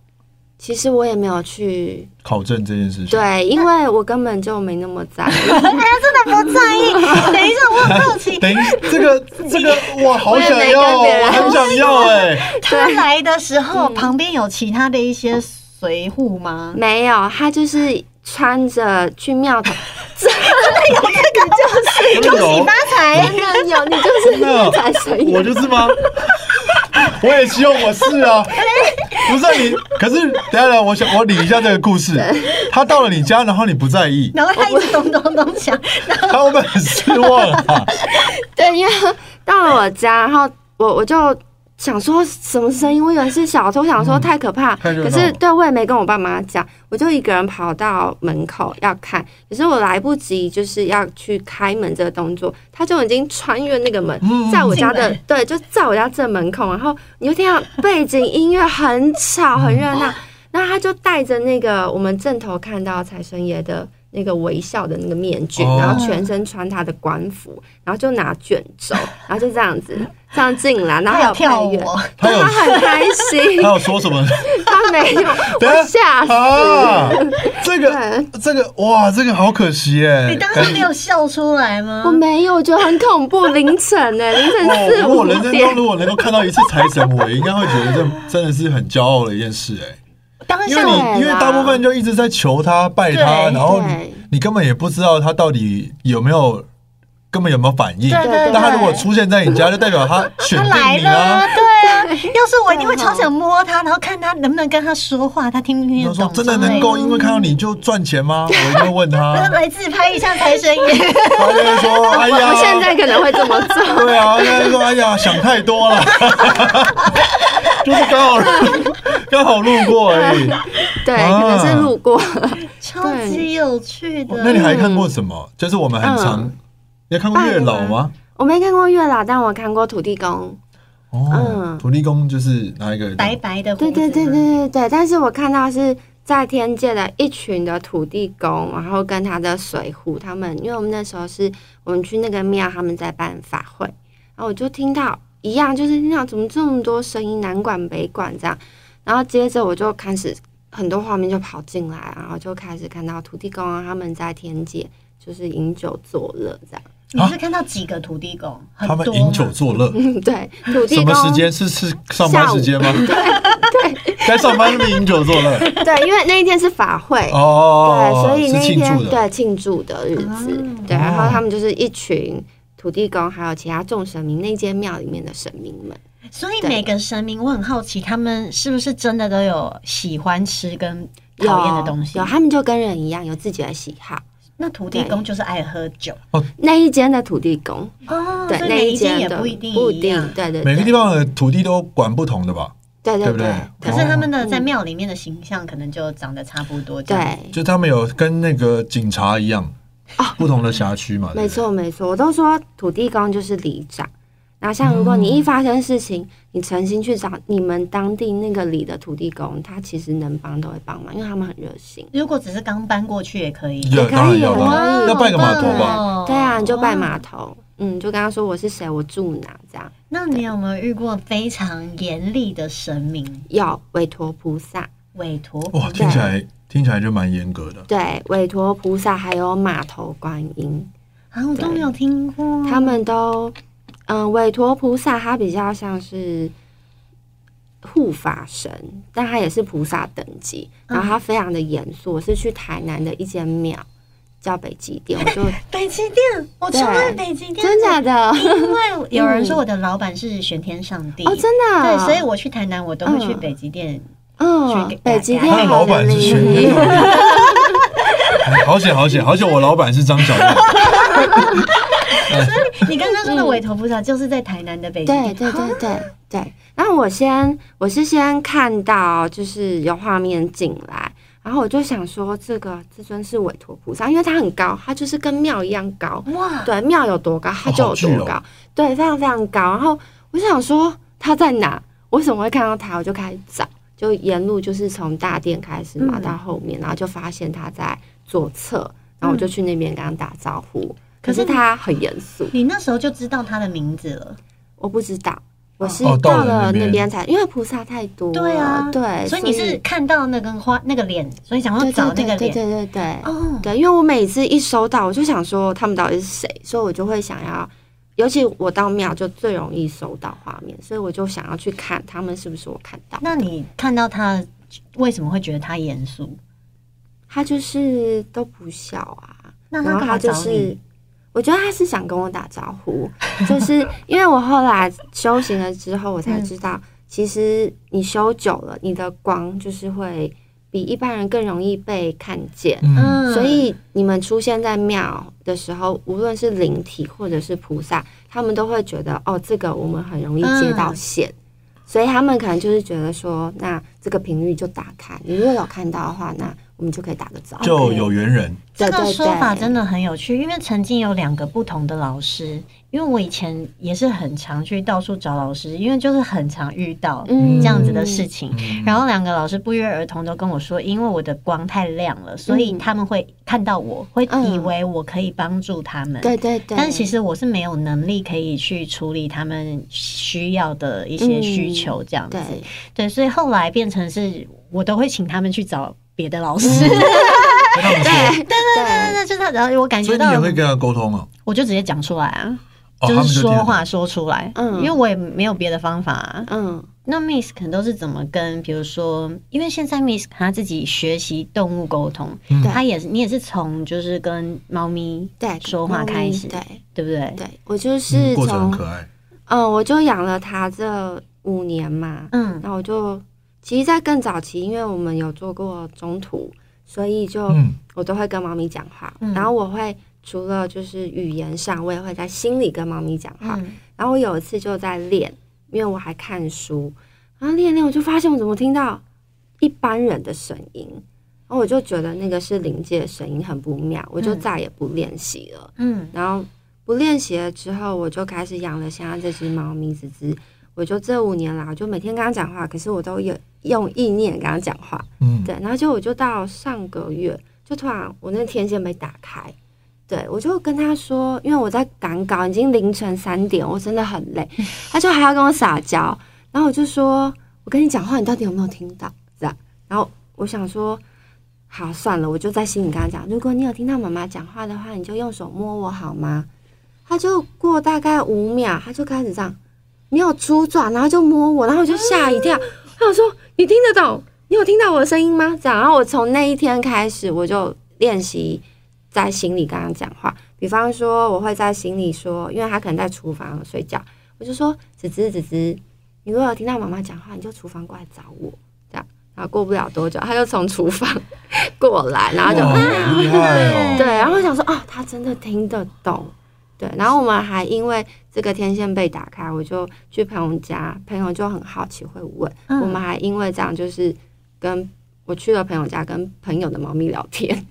Speaker 4: 其实我也没有去，
Speaker 1: 考证这件事情，
Speaker 4: 对，因为我根本就没那么在 意。
Speaker 2: 哎真的不在 意。等一下，我很好奇，
Speaker 1: 等于这个这个哇，好想要，哦
Speaker 4: 我也没跟别人
Speaker 1: 我很想要哎，
Speaker 2: 他来的时
Speaker 4: 嗯
Speaker 2: 候旁边有其他的一些随护吗？
Speaker 4: 没有，他就是穿着去 庙头，
Speaker 1: 真的有，
Speaker 2: 财，
Speaker 4: 真的哎有，你就是
Speaker 1: 真的
Speaker 4: 财神
Speaker 1: 我
Speaker 4: 爷。
Speaker 1: 就是 吗？我也希望我是啊，不是啊你，可是等一下等一下，我想我理一下这个故事。他到了你家，然后你不在 意，
Speaker 2: 然后他一直咚咚咚响，然后
Speaker 1: 他会不会很失望 啊？
Speaker 4: 对，因为到了我家，然后我我就想说什么声音，我以为是小偷，想说太可怕。
Speaker 1: 嗯太热闹
Speaker 4: 可
Speaker 1: 了
Speaker 4: 是对我也没跟我爸妈讲，我就一个人跑到门口要看，可是我来不及就是要去开门这个动作，他就已经穿越那个门，
Speaker 1: 嗯
Speaker 4: 在我家的
Speaker 2: 进
Speaker 4: 对，就在我家正门口，然后你就听到啊背景音乐很吵很热闹，然后他就戴着那个我们正头看到财神爷的。那个微笑的那个面具，
Speaker 1: 哦
Speaker 4: 然后全身穿他的官服，然后就拿卷轴，然后就这样子这样进来，然后
Speaker 2: 他
Speaker 4: 还
Speaker 2: 有跳
Speaker 4: 配
Speaker 2: 舞
Speaker 4: 乐，
Speaker 2: 哦，
Speaker 1: 他有
Speaker 4: 他很开 心，
Speaker 1: 他有说什么？
Speaker 4: 他没有，
Speaker 1: 等一
Speaker 4: 我
Speaker 1: 下
Speaker 4: 吓死。
Speaker 1: 啊，这个这个哇，这个好可惜哎。
Speaker 2: 你当时没有笑出来吗？
Speaker 4: 我没有，我觉得很恐怖。凌晨呢、凌晨
Speaker 1: 哦，
Speaker 4: 四
Speaker 1: 如果人生
Speaker 4: 五
Speaker 1: 中
Speaker 4: 点，
Speaker 1: 如果能够看到一次财神，我应该会觉得这真的是很骄傲的一件事哎、
Speaker 2: 当
Speaker 1: 因为
Speaker 2: 下
Speaker 1: 你
Speaker 2: 我
Speaker 4: 对啦
Speaker 1: 因为大部分就一直在求他拜他，
Speaker 2: 对
Speaker 1: 然后
Speaker 4: 对
Speaker 1: 你你根本也不知道他到底有没有根本有没有反应。
Speaker 2: 对
Speaker 4: 对
Speaker 2: 对，
Speaker 1: 那他如果
Speaker 2: 对
Speaker 1: 出现在你家，就代表他选
Speaker 2: 他来
Speaker 1: 定你
Speaker 2: 了
Speaker 1: 啦、
Speaker 2: 啊，对啊，要是我一定会
Speaker 4: 对
Speaker 2: 超想摸他，然后看他能不能跟他说话，他听不听
Speaker 1: 他
Speaker 2: 得
Speaker 1: 说
Speaker 2: 懂：“之
Speaker 1: 真
Speaker 2: 类。
Speaker 1: 的能够因为看到你就赚钱吗？”我一定会问他，
Speaker 2: 那来自拍一下财神爷，
Speaker 1: 他就会说：“哎
Speaker 4: 我
Speaker 1: 呀，
Speaker 4: 我现在可能会这么做。
Speaker 1: 对啊，他就说：“哎呀，想太多了。” 就是刚好刚好路过而已。
Speaker 4: 对，
Speaker 1: 啊
Speaker 4: 可能是路过。
Speaker 2: 超级有趣的。
Speaker 1: 哦那你还看过什
Speaker 4: 嗯
Speaker 1: 么？就是我们很常，你还看过月老吗？
Speaker 4: 我没看过月老，但我看过土地公。
Speaker 1: 哦，
Speaker 4: 嗯
Speaker 1: 土地公就是哪一个？
Speaker 2: 白白的胡
Speaker 4: 对
Speaker 2: 子，
Speaker 4: 对对对，对对，但是我看到是在天界的一群的土地公，然后跟他的水户他们，因为我们那时候是我们去那个庙，他们在办法会，然后我就听到一样，就是听到怎么这么多声音，南管北管这样，然后接着我就开始很多画面就跑进来，然后就开始看到土地公啊他们在天界就是饮酒作乐这样，
Speaker 2: 你是看到几个土地公？很
Speaker 1: 他们
Speaker 2: 多吗
Speaker 1: 饮酒作乐，
Speaker 4: 嗯，对，土地
Speaker 1: 什
Speaker 4: 公
Speaker 1: 么时间？是是上班
Speaker 4: 下午
Speaker 1: 时间吗？对对，该上班是饮酒作 乐
Speaker 4: 对，因为那一天是法会，
Speaker 1: 哦
Speaker 4: 对，，所以
Speaker 1: 是
Speaker 4: 那一
Speaker 1: 庆
Speaker 4: 天
Speaker 1: 祝的。哦
Speaker 4: 对庆祝的日
Speaker 2: 啊
Speaker 4: 子，对，然后他们就是一群土地公，还有其他众神明，那间庙里面的神明们，
Speaker 2: 所以
Speaker 4: 对
Speaker 2: 每个神明，我很好奇，他们是不是真的都有喜欢吃跟讨厌的东西哦
Speaker 4: 有，？他们就跟人一样，有自己的喜好。
Speaker 2: 那土地公就是爱喝酒
Speaker 4: 那一间的土地公，
Speaker 2: 哦，
Speaker 4: 对
Speaker 2: 所以，
Speaker 4: 那
Speaker 2: 每一间
Speaker 4: 间
Speaker 2: 也
Speaker 4: 的
Speaker 2: 不一定
Speaker 4: 不
Speaker 2: 一样。
Speaker 4: 对对，
Speaker 1: 每个
Speaker 4: 对
Speaker 1: 地，方的土地都管不同的吧？
Speaker 4: 对
Speaker 1: 对哦
Speaker 4: 对
Speaker 1: 不对
Speaker 2: 可
Speaker 4: 对
Speaker 2: 是他们的在庙里面的形象，可能就长得差不多这样。
Speaker 4: 对，
Speaker 1: 就他们有跟那个警察一样，不同的辖区嘛。对
Speaker 4: 哦
Speaker 1: 不
Speaker 4: 没
Speaker 1: 对，
Speaker 4: 错没错，我都说土地公就是里长。然后像如果你一发生事情，你诚心去找你们当地那个里的土地公，他其实能帮都会帮忙，因为他们很热心。
Speaker 2: 如果只是刚搬过去也可以，
Speaker 1: 对
Speaker 4: 也可
Speaker 1: 当然
Speaker 4: 以
Speaker 1: 要
Speaker 4: 也
Speaker 1: 啦
Speaker 4: 可以
Speaker 1: 要拜个码头吧
Speaker 2: 嗯哦
Speaker 4: 对啊，你就拜。码头，嗯，就跟他说我是谁，我住哪，这样。
Speaker 2: 那你有没有遇过非常严厉的神明
Speaker 4: 要委托菩萨，
Speaker 2: 委托？
Speaker 1: 哇，听起来听起来就蛮严格的。
Speaker 4: 对，委托菩萨，还有码头观音，
Speaker 2: 啊，我都没有听过。
Speaker 4: 他们都，嗯，委托菩萨他比较像是护法神，但他也是菩萨等级，然后他非常的严肃，我是去台南的一间庙。叫北极点，我就
Speaker 2: 北极店，我超爱北极店，
Speaker 4: 真假的
Speaker 2: 因为有人说我的老板是玄天上帝，
Speaker 4: 哦，真的
Speaker 2: 对，
Speaker 4: 啊，
Speaker 2: 所以我去台南，我都会去北极店。去
Speaker 4: 嗯
Speaker 2: 给，
Speaker 4: 北极
Speaker 2: 大
Speaker 4: 店
Speaker 2: 家
Speaker 1: 他的老板是
Speaker 4: 好
Speaker 1: 玄
Speaker 4: 厉
Speaker 1: 天
Speaker 4: 害
Speaker 1: 上 帝好险好险好险！我老板是张小亮，
Speaker 2: 你刚刚说
Speaker 4: 嗯
Speaker 2: 的尾头菩萨就是在台南的北极
Speaker 4: 对
Speaker 2: 店，
Speaker 4: 对对对对。然后我先我是先看到就是有画面进来，然后我就想说这个自尊是委托菩萨，因为它很高，它就是跟庙一样高。
Speaker 2: 哇，
Speaker 4: 对，庙有多高，它就有多高，
Speaker 1: 好
Speaker 4: 对，非常非常高。然后我就想说它在哪，我为什么会看到它？我就开始找，就沿路就是从大殿开始嘛，
Speaker 2: 嗯
Speaker 4: 到后面，然后就发现它在左侧，然后我就去那边跟它打招呼。可是
Speaker 2: 可是
Speaker 4: 它很严肃，
Speaker 2: 你那时候就知道他的名字了，
Speaker 4: 我不知道，我是
Speaker 1: 哦
Speaker 4: 到
Speaker 1: 到了那
Speaker 4: 了
Speaker 1: 边
Speaker 4: 那边才，因为菩萨太多了，
Speaker 2: 对啊，
Speaker 4: 对，
Speaker 2: 所以你是看到那根花那个脸，所以想要
Speaker 4: 对
Speaker 2: 找
Speaker 4: 对
Speaker 2: 那
Speaker 4: 对
Speaker 2: 个
Speaker 4: 对对
Speaker 2: 脸
Speaker 4: 对对。
Speaker 2: 哦，
Speaker 4: 对，因为我每次一收到，我就想说他们到底是谁，所以我就会想要，尤其我到庙就最容易收到画面，所以我就想要去看他们是不是我看到。
Speaker 2: 那你看到他为什么会觉得他严肃？
Speaker 4: 他就是都不笑啊，
Speaker 2: 那
Speaker 4: 然
Speaker 2: 他
Speaker 4: 后
Speaker 2: 干
Speaker 4: 他
Speaker 2: 嘛
Speaker 4: 就
Speaker 2: 找
Speaker 4: 是
Speaker 2: 你？，
Speaker 4: 我觉得他是想跟我打招呼，就是因为我后来修行了之后，
Speaker 2: 嗯
Speaker 4: 我才知道，其实你修久了，你的光就是会比一般人更容易被看见。
Speaker 1: 嗯，
Speaker 4: 所以你们出现在庙的时候，无论是灵体或者是菩萨，他们都会觉得哦，这个我们很容易接到
Speaker 2: 嗯
Speaker 4: 线，所以他们可能就是觉得说，那这个频率就打开，你如果有看到的话，那我们就可以打个招呼。
Speaker 1: 就有缘人，
Speaker 2: 这个说法真
Speaker 4: 的
Speaker 2: 的很有趣，因为曾经有两个不同的老师，因为我以前也是很常去到处找老师，因为就是很常遇到
Speaker 4: 嗯
Speaker 2: 这样子的事情。
Speaker 1: 嗯
Speaker 2: 然后两个老师不约而同都跟我说，因为我的光太亮了，所以他们会看到我，会
Speaker 4: 嗯
Speaker 2: 以为我可以帮助他们。
Speaker 4: 对对对，
Speaker 2: 但其实我是没有能力可以去处理他们需要的一些需
Speaker 4: 嗯
Speaker 2: 求，这样子、
Speaker 4: 对，
Speaker 2: 对，所以后来变成是我都会请他们去找别的老师，
Speaker 1: 嗯跟他们说，
Speaker 2: 真的就是他，然后我感
Speaker 1: 所
Speaker 2: 觉
Speaker 1: 以你
Speaker 2: 到
Speaker 1: 也，会跟他沟通啊，
Speaker 2: 我就直接讲出来啊，
Speaker 1: 哦，他
Speaker 2: 就
Speaker 1: 们就
Speaker 2: 是
Speaker 1: 听得
Speaker 2: 说
Speaker 1: 懂
Speaker 2: 话说出来，
Speaker 4: 嗯
Speaker 2: 因为我也没有别的方法、啊。
Speaker 4: 嗯
Speaker 2: 那 Miss 可能都是怎么跟，比如说，因为现在 Miss 她自己学习动物沟通，
Speaker 1: 嗯
Speaker 2: 她也是你也是从就是跟猫咪
Speaker 4: 对，嗯
Speaker 2: 说话开始，
Speaker 4: 对
Speaker 2: 对不对？
Speaker 4: 对，我就
Speaker 1: 嗯
Speaker 4: 是
Speaker 1: 过程很
Speaker 4: 从
Speaker 1: 可爱，
Speaker 4: 嗯，我就养了它这五年嘛，
Speaker 2: 嗯
Speaker 4: 那我就其实，在更早期，因为我们有做过中途，所以就、
Speaker 1: 嗯
Speaker 4: 我都会跟猫咪讲话，
Speaker 2: 嗯
Speaker 4: 然后我会除了就是语言上，我也会在心里跟猫咪讲话。
Speaker 2: 嗯，
Speaker 4: 然后我有一次就在练，因为我还看书，然后练练我就发现我怎么听到一般人的声音，然后我就觉得那个是灵界的声音很不妙，我就
Speaker 2: 嗯
Speaker 4: 再也不练习了。
Speaker 2: 嗯，
Speaker 4: 然后不练习了之后，我就开始养了现在这只猫咪芝芝。我就这五年来，我就每天跟它讲话，可是我都有用意念跟它讲话。
Speaker 1: 嗯，
Speaker 4: 对，然后就我就到上个月，就突然我那天线被打开，对我就跟他说，因为我在赶稿，已经凌晨三点，我真的很累，他就还要跟我撒娇，然后我就说，我跟你讲话，你到底有没有听到？这样，然后我想说。好，算了，我就在心里跟他讲，如果你有听到妈妈讲话的话，你就用手摸我好吗？他就过大概五秒，他就开始这样，你有猪爪，然后就摸我，然后我就吓一跳，他想说你听得懂，你有听到我的声音吗？这样，然后我从那一天开始，我就练习在心里跟他讲话。比方说，我会在心里说，因为他可能在厨房睡觉，我就说：“子子子子，你如果有听到妈妈讲话，你就厨房过来找我。”这样，然后过不了多久，他就从厨房 过来，然后就
Speaker 1: 哇，好厉害哦，
Speaker 4: 对，然后我想说啊，他真的听得懂。对，然后我们还因为这个天线被打开，我就去朋友家，朋友就很好奇会问，
Speaker 2: 嗯
Speaker 4: 我们还因为这样就是跟我去了朋友家，跟朋友的猫咪聊天。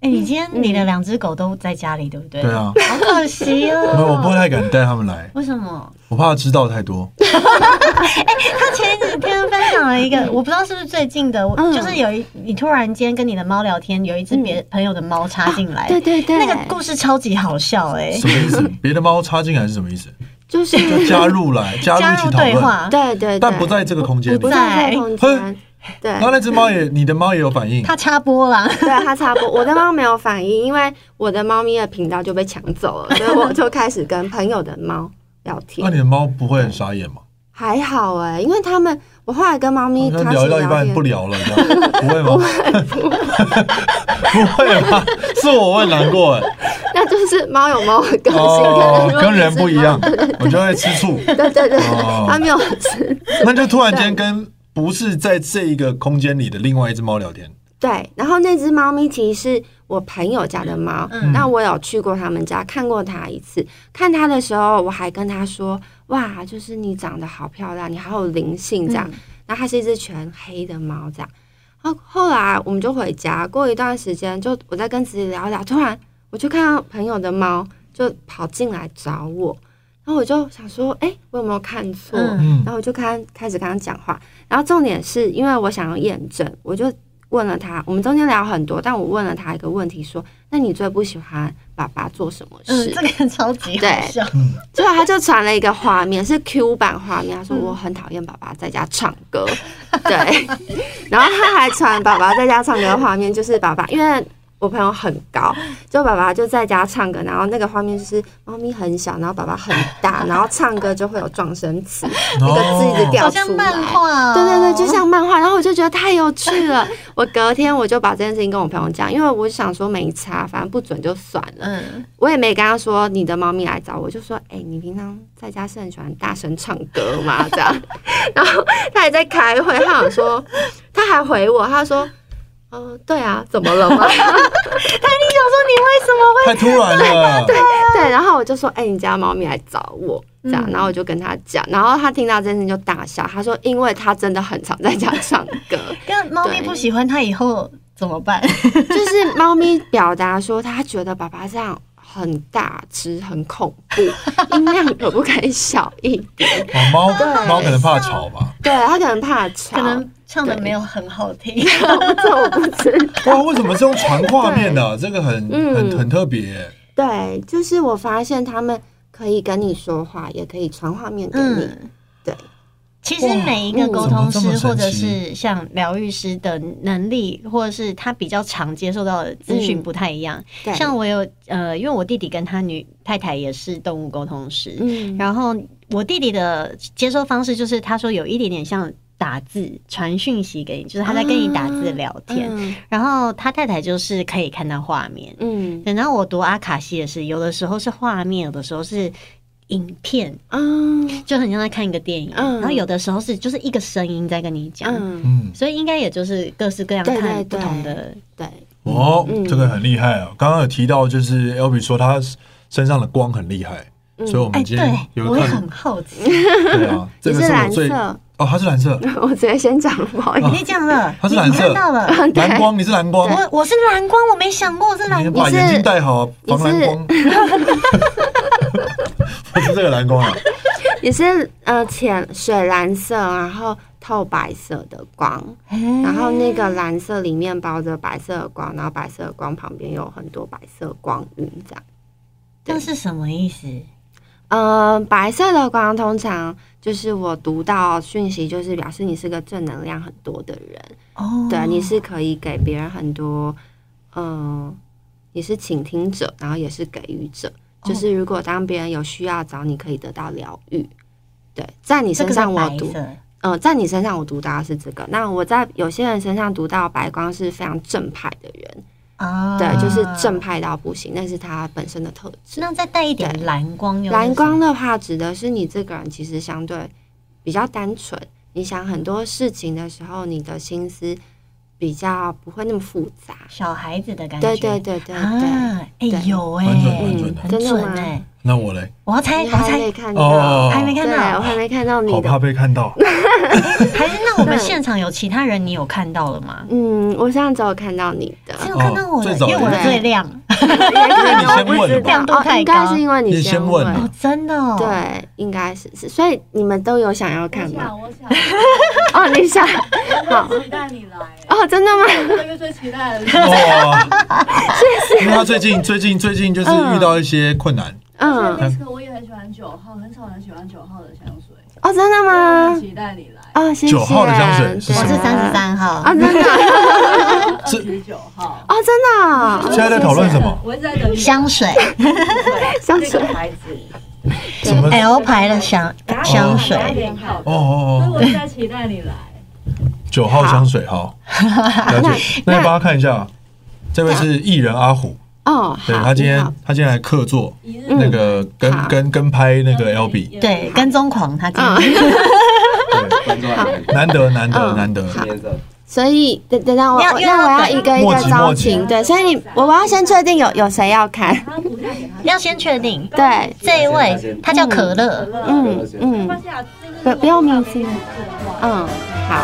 Speaker 2: 哎、你今天你的两只狗都在家里，对不对？
Speaker 1: 嗯对，啊，
Speaker 2: 好可惜
Speaker 1: 没 有，我不
Speaker 2: 哦。
Speaker 1: 太敢带他们来，
Speaker 2: 为什么？
Speaker 1: 我怕知道太多，
Speaker 2: 他前几天分享了一个，我不知道是不是最近的，我
Speaker 4: 嗯
Speaker 2: 就是有一你突然间跟你的猫聊天，有一只别朋友的猫插进来，
Speaker 4: 对对对，
Speaker 2: 那个故事超级好笑哎、
Speaker 1: 什么意思？别的猫插进来是什么意思？
Speaker 4: 就是
Speaker 1: 就加入来，加入
Speaker 2: 加
Speaker 1: 一起
Speaker 2: 入
Speaker 1: 讨
Speaker 2: 对
Speaker 1: 论，
Speaker 2: 话，
Speaker 4: 对对对，
Speaker 1: 但不在这个空间里
Speaker 4: 不。在这
Speaker 1: 嘿
Speaker 4: 个空间。 对，
Speaker 1: 然后那只猫也，你的猫也有反应，
Speaker 2: 他插播啦，
Speaker 4: 对它差不多。我的猫没有反应，因为我的猫咪的频道就被抢走了，所以我就开始跟朋友的猫聊 天
Speaker 1: 哦那。你的猫不会很傻眼吗？
Speaker 4: 还好哎、因为他们我后来跟猫咪
Speaker 1: 好像
Speaker 4: 开
Speaker 1: 聊
Speaker 4: 始
Speaker 1: 到一半
Speaker 4: 天
Speaker 1: 不， 聊了，这样不会吗？ 不会吧？ 是我会难 过哎。
Speaker 4: 那就是猫有猫的个性，
Speaker 1: 哦，
Speaker 4: 可能如果
Speaker 1: 跟
Speaker 4: 你
Speaker 1: 人
Speaker 4: 是
Speaker 1: 不一
Speaker 4: 猫
Speaker 1: 样， 我就会吃醋。
Speaker 4: 对对对，
Speaker 1: 哦
Speaker 4: 它没有吃。
Speaker 1: 那就突然间跟不是在这一个空间里的另外一只猫聊天，
Speaker 4: 对，然后那只猫咪其实是我朋友家的猫，那我有去过他们家看过它一次。看它的时候，我还跟它说：“哇，就是你长得好漂亮，你好有灵性这样。然后它是一只全黑的猫这样。后后来我们就回家，过一段时间，就我在跟自己聊一聊，突然我就看到朋友的猫就跑进来找我，然后我就想说：“哎、我有没有看错？”
Speaker 2: 嗯
Speaker 1: 嗯
Speaker 4: 然，后我就看开始跟他讲话，然后重点是因为我想要验证，我就问了他，我们中间聊很多，但我问了他一个问题说，那你最不喜欢爸爸做什么
Speaker 2: 嗯，
Speaker 4: 事？
Speaker 2: 这个超级好笑，
Speaker 4: 结果他就传了一个画面，是 Q 版画面，他
Speaker 2: 嗯
Speaker 4: 说我很讨厌爸爸在家唱歌， 对，然后他还传爸爸在家唱歌的画面，就是爸爸因为。我朋友很高，就爸爸就在家唱歌，然后那个画面就是猫咪很小，然后爸爸很大，然后唱歌就会有撞声词，
Speaker 1: 那
Speaker 4: 那个字一直掉
Speaker 2: 好
Speaker 4: 出来，
Speaker 2: 像漫画、哦，
Speaker 4: 对对对，就像漫画。然后我就觉得太有趣了，我隔天我就把这件事情跟我朋友讲，因为我想说没差，啊反正不准就算了。
Speaker 2: 嗯，
Speaker 4: 我也没跟他说你的猫咪来找我，就说哎、你平常在家是很喜欢大声唱歌吗？这样，然后他也在开会，他想说，他还回我，他说。哦，对啊，怎么了吗？
Speaker 1: 太突然了，
Speaker 4: 对，然后我就说，哎、你家猫咪来找我，这样，然后我就跟他讲，然后他听到这件事情就大笑，他说，因为他真的很常在家唱歌，
Speaker 2: 跟猫咪不喜欢它以后怎么办？
Speaker 4: 就是猫咪表达说，它觉得爸爸这样很大只、很恐怖，音量可不可以小一点？
Speaker 1: 哦猫猫可能怕吵吧？
Speaker 4: 对，它可能怕吵，
Speaker 2: 可能唱的没有很好听，
Speaker 4: 这我不知道。
Speaker 1: 哇，为什么是用传画面的啊？这个很
Speaker 4: 嗯
Speaker 1: 很很特别，欸
Speaker 4: 对，就是我发现他们可以跟你说话，也可以传画面给你。
Speaker 2: 嗯。
Speaker 4: 对，
Speaker 2: 其实每一个沟
Speaker 1: 哇
Speaker 2: 通
Speaker 1: 嗯怎么这么神奇
Speaker 2: 师，或者是像疗愈师的能力，或者是他比较常接受到的资讯
Speaker 4: 嗯
Speaker 2: 不太一样。
Speaker 4: 对，
Speaker 2: 像我有呃，因为我弟弟跟他女太太也是动物沟通师，
Speaker 4: 嗯，
Speaker 2: 然后我弟弟的接收方式就是他说有一点点像打字传讯息给你，就是他在跟你打字聊天。
Speaker 4: 嗯
Speaker 2: 然后他太太就是可以看到画面。
Speaker 4: 嗯
Speaker 2: 对然后我读阿卡西也是，有的时候是画面，有的时候是影片，
Speaker 4: 嗯
Speaker 2: 就很像在看一个电影。
Speaker 4: 嗯
Speaker 2: 然后有的时候是就是一个声音在跟你讲，
Speaker 4: 嗯，
Speaker 1: 嗯。
Speaker 2: 所以应该也就是各式各样
Speaker 4: 对对
Speaker 2: 看不
Speaker 4: 对
Speaker 2: 同的。
Speaker 4: 对，
Speaker 1: 哦
Speaker 4: 嗯，
Speaker 1: 这个很厉害哦！刚刚有提到，就是 L B 说他身上的光很厉害，
Speaker 4: 嗯
Speaker 1: 所以我
Speaker 2: 哎，
Speaker 1: 们今天
Speaker 2: 对，
Speaker 1: 有
Speaker 2: 我也
Speaker 1: 看
Speaker 2: 很，好奇，
Speaker 1: 对 啊，这
Speaker 4: 也
Speaker 1: 个
Speaker 4: 是
Speaker 1: 是我
Speaker 4: 蓝
Speaker 1: 最
Speaker 4: 色。
Speaker 1: 哦，它是蓝色，
Speaker 4: 我直接先讲，不好意思，
Speaker 2: 你讲了，
Speaker 1: 啊它是
Speaker 2: 你
Speaker 1: 蓝色
Speaker 2: 你看到 了，
Speaker 4: 对
Speaker 1: 蓝光，你是蓝光，
Speaker 2: 我我是蓝光，我没想过我是蓝
Speaker 1: 你
Speaker 2: 光
Speaker 1: 把
Speaker 4: 你是
Speaker 1: 眼镜戴好，防蓝 光。不是这个蓝光啊，
Speaker 4: 也是呃浅水蓝色，然后透白色的光。
Speaker 2: 哎
Speaker 4: 然后那个蓝色里面包着白色的光，然后白色的光旁边有很多白色光晕，这样。
Speaker 2: 这是什么意思？
Speaker 4: 呃，白色的光通常就是我读到讯息，就是表示你是个正能量很多的人，
Speaker 2: 哦，
Speaker 4: 对，啊你是可以给别人很多，嗯，你是倾听者，然后也是给予者。
Speaker 2: 哦
Speaker 4: 就是如果当别人有需要找你，可以得到疗愈。对，在你
Speaker 2: 这
Speaker 4: 身
Speaker 2: 个是
Speaker 4: 上我
Speaker 2: 白
Speaker 4: 读
Speaker 2: 色，
Speaker 4: 呃，在你身上我读到的是这个，那我在有些人身上读到白光是非常正派的人，
Speaker 2: 啊，
Speaker 4: 对，就是正。派到不行，那是他本身的特质。
Speaker 2: 那再带一点蓝光，
Speaker 4: 蓝光，的话，指的是你这个人其实相对比较单纯，你想很多事情的时候，你的心思比较不会那么复杂。
Speaker 2: 小孩子的感觉，
Speaker 4: 对对对对对，
Speaker 2: 啊，哎
Speaker 4: 对
Speaker 2: 有哎，
Speaker 1: 蛮准蛮
Speaker 4: 准的
Speaker 2: 很准
Speaker 4: 真的
Speaker 2: 哎
Speaker 4: 吗，
Speaker 1: 那我嘞，
Speaker 2: 我要猜，
Speaker 4: 你
Speaker 2: 我要
Speaker 4: 还
Speaker 2: 猜，
Speaker 4: 没看
Speaker 1: 哦
Speaker 4: 到，
Speaker 2: 还没
Speaker 4: 对
Speaker 2: 看
Speaker 4: 我
Speaker 2: 到，
Speaker 4: 还没看到你
Speaker 1: 好怕
Speaker 4: 的。
Speaker 1: 被看 到。
Speaker 2: 还是那我们
Speaker 4: 对
Speaker 2: 现场有其他人，你有看到了吗？
Speaker 4: 嗯，我现在只有看到你哦的，
Speaker 2: 只有看到我的，
Speaker 1: 最
Speaker 2: 因
Speaker 1: 早
Speaker 2: 为我
Speaker 4: 对
Speaker 2: 最亮
Speaker 1: 因为你先问了吧
Speaker 2: 亮度
Speaker 4: 哦，
Speaker 2: 太
Speaker 4: 应
Speaker 2: 高
Speaker 4: 该是因为
Speaker 1: 你
Speaker 4: 你
Speaker 1: 先
Speaker 4: 先
Speaker 1: 问
Speaker 4: 问
Speaker 1: 了
Speaker 2: 哦，真的哦，
Speaker 4: 对，应该是是，所以你们都有想要看吗？
Speaker 5: 我想，
Speaker 4: 哦，你想
Speaker 5: 我很期待你来，
Speaker 4: 哦，真的吗？
Speaker 5: 这个最期待的。
Speaker 1: 哇，因为他最近最近最近就是遇到一些困难，
Speaker 4: 嗯，
Speaker 5: 那次我也很喜欢九号，很少人喜欢九号的香水，
Speaker 4: 哦，真的
Speaker 5: 很
Speaker 4: 吗？
Speaker 5: 期待你来。
Speaker 4: 哦，谢谢。
Speaker 1: 九号的香水是
Speaker 4: 对
Speaker 2: 我
Speaker 1: 什
Speaker 2: 是三十三号，
Speaker 4: 啊， 真的
Speaker 5: 二十九号，
Speaker 4: 哦，真的哦
Speaker 1: 现在在讨论什么？
Speaker 5: 我一直在等 你
Speaker 2: 香水，
Speaker 5: 那个牌子，
Speaker 1: 什么？
Speaker 4: 哎
Speaker 2: L 牌的香
Speaker 4: 哦
Speaker 2: 香水
Speaker 5: 打脸好的
Speaker 1: 哦哦哦，
Speaker 5: 所以我一直在期待你来。
Speaker 1: 九号香水 好，了解。那
Speaker 4: 那
Speaker 1: 你帮他看一下，啊这位是艺人阿虎，
Speaker 4: 哦，
Speaker 1: 对
Speaker 4: 好，
Speaker 1: 他今天
Speaker 4: 你好嗯
Speaker 1: 他今天来客座，
Speaker 5: 一日
Speaker 1: 那个跟
Speaker 4: 好
Speaker 1: 跟跟拍嗯那个 L B，
Speaker 2: 对，跟踪狂他今
Speaker 4: 嗯
Speaker 2: 天
Speaker 1: 对，
Speaker 6: 观众还没
Speaker 1: 难得难得
Speaker 4: 嗯
Speaker 1: 难得，
Speaker 6: 今天这
Speaker 4: 所以等等等我，
Speaker 2: 要
Speaker 4: 我那我
Speaker 2: 要
Speaker 4: 要一个一
Speaker 1: 默
Speaker 4: 个
Speaker 1: 契
Speaker 4: 招
Speaker 1: 默契
Speaker 4: 请，对，所以你我我要先确定有有谁要看，
Speaker 5: 他不要给他
Speaker 2: 要先确定
Speaker 4: 对，
Speaker 2: 这一位，他叫可乐，
Speaker 5: 嗯，
Speaker 4: 嗯嗯。
Speaker 5: 不
Speaker 4: 不不要明星
Speaker 5: 嗯，
Speaker 4: 嗯，好，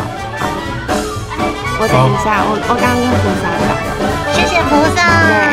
Speaker 4: 好，我等一下，我我刚刚跟菩萨讲，
Speaker 2: 谢谢菩萨。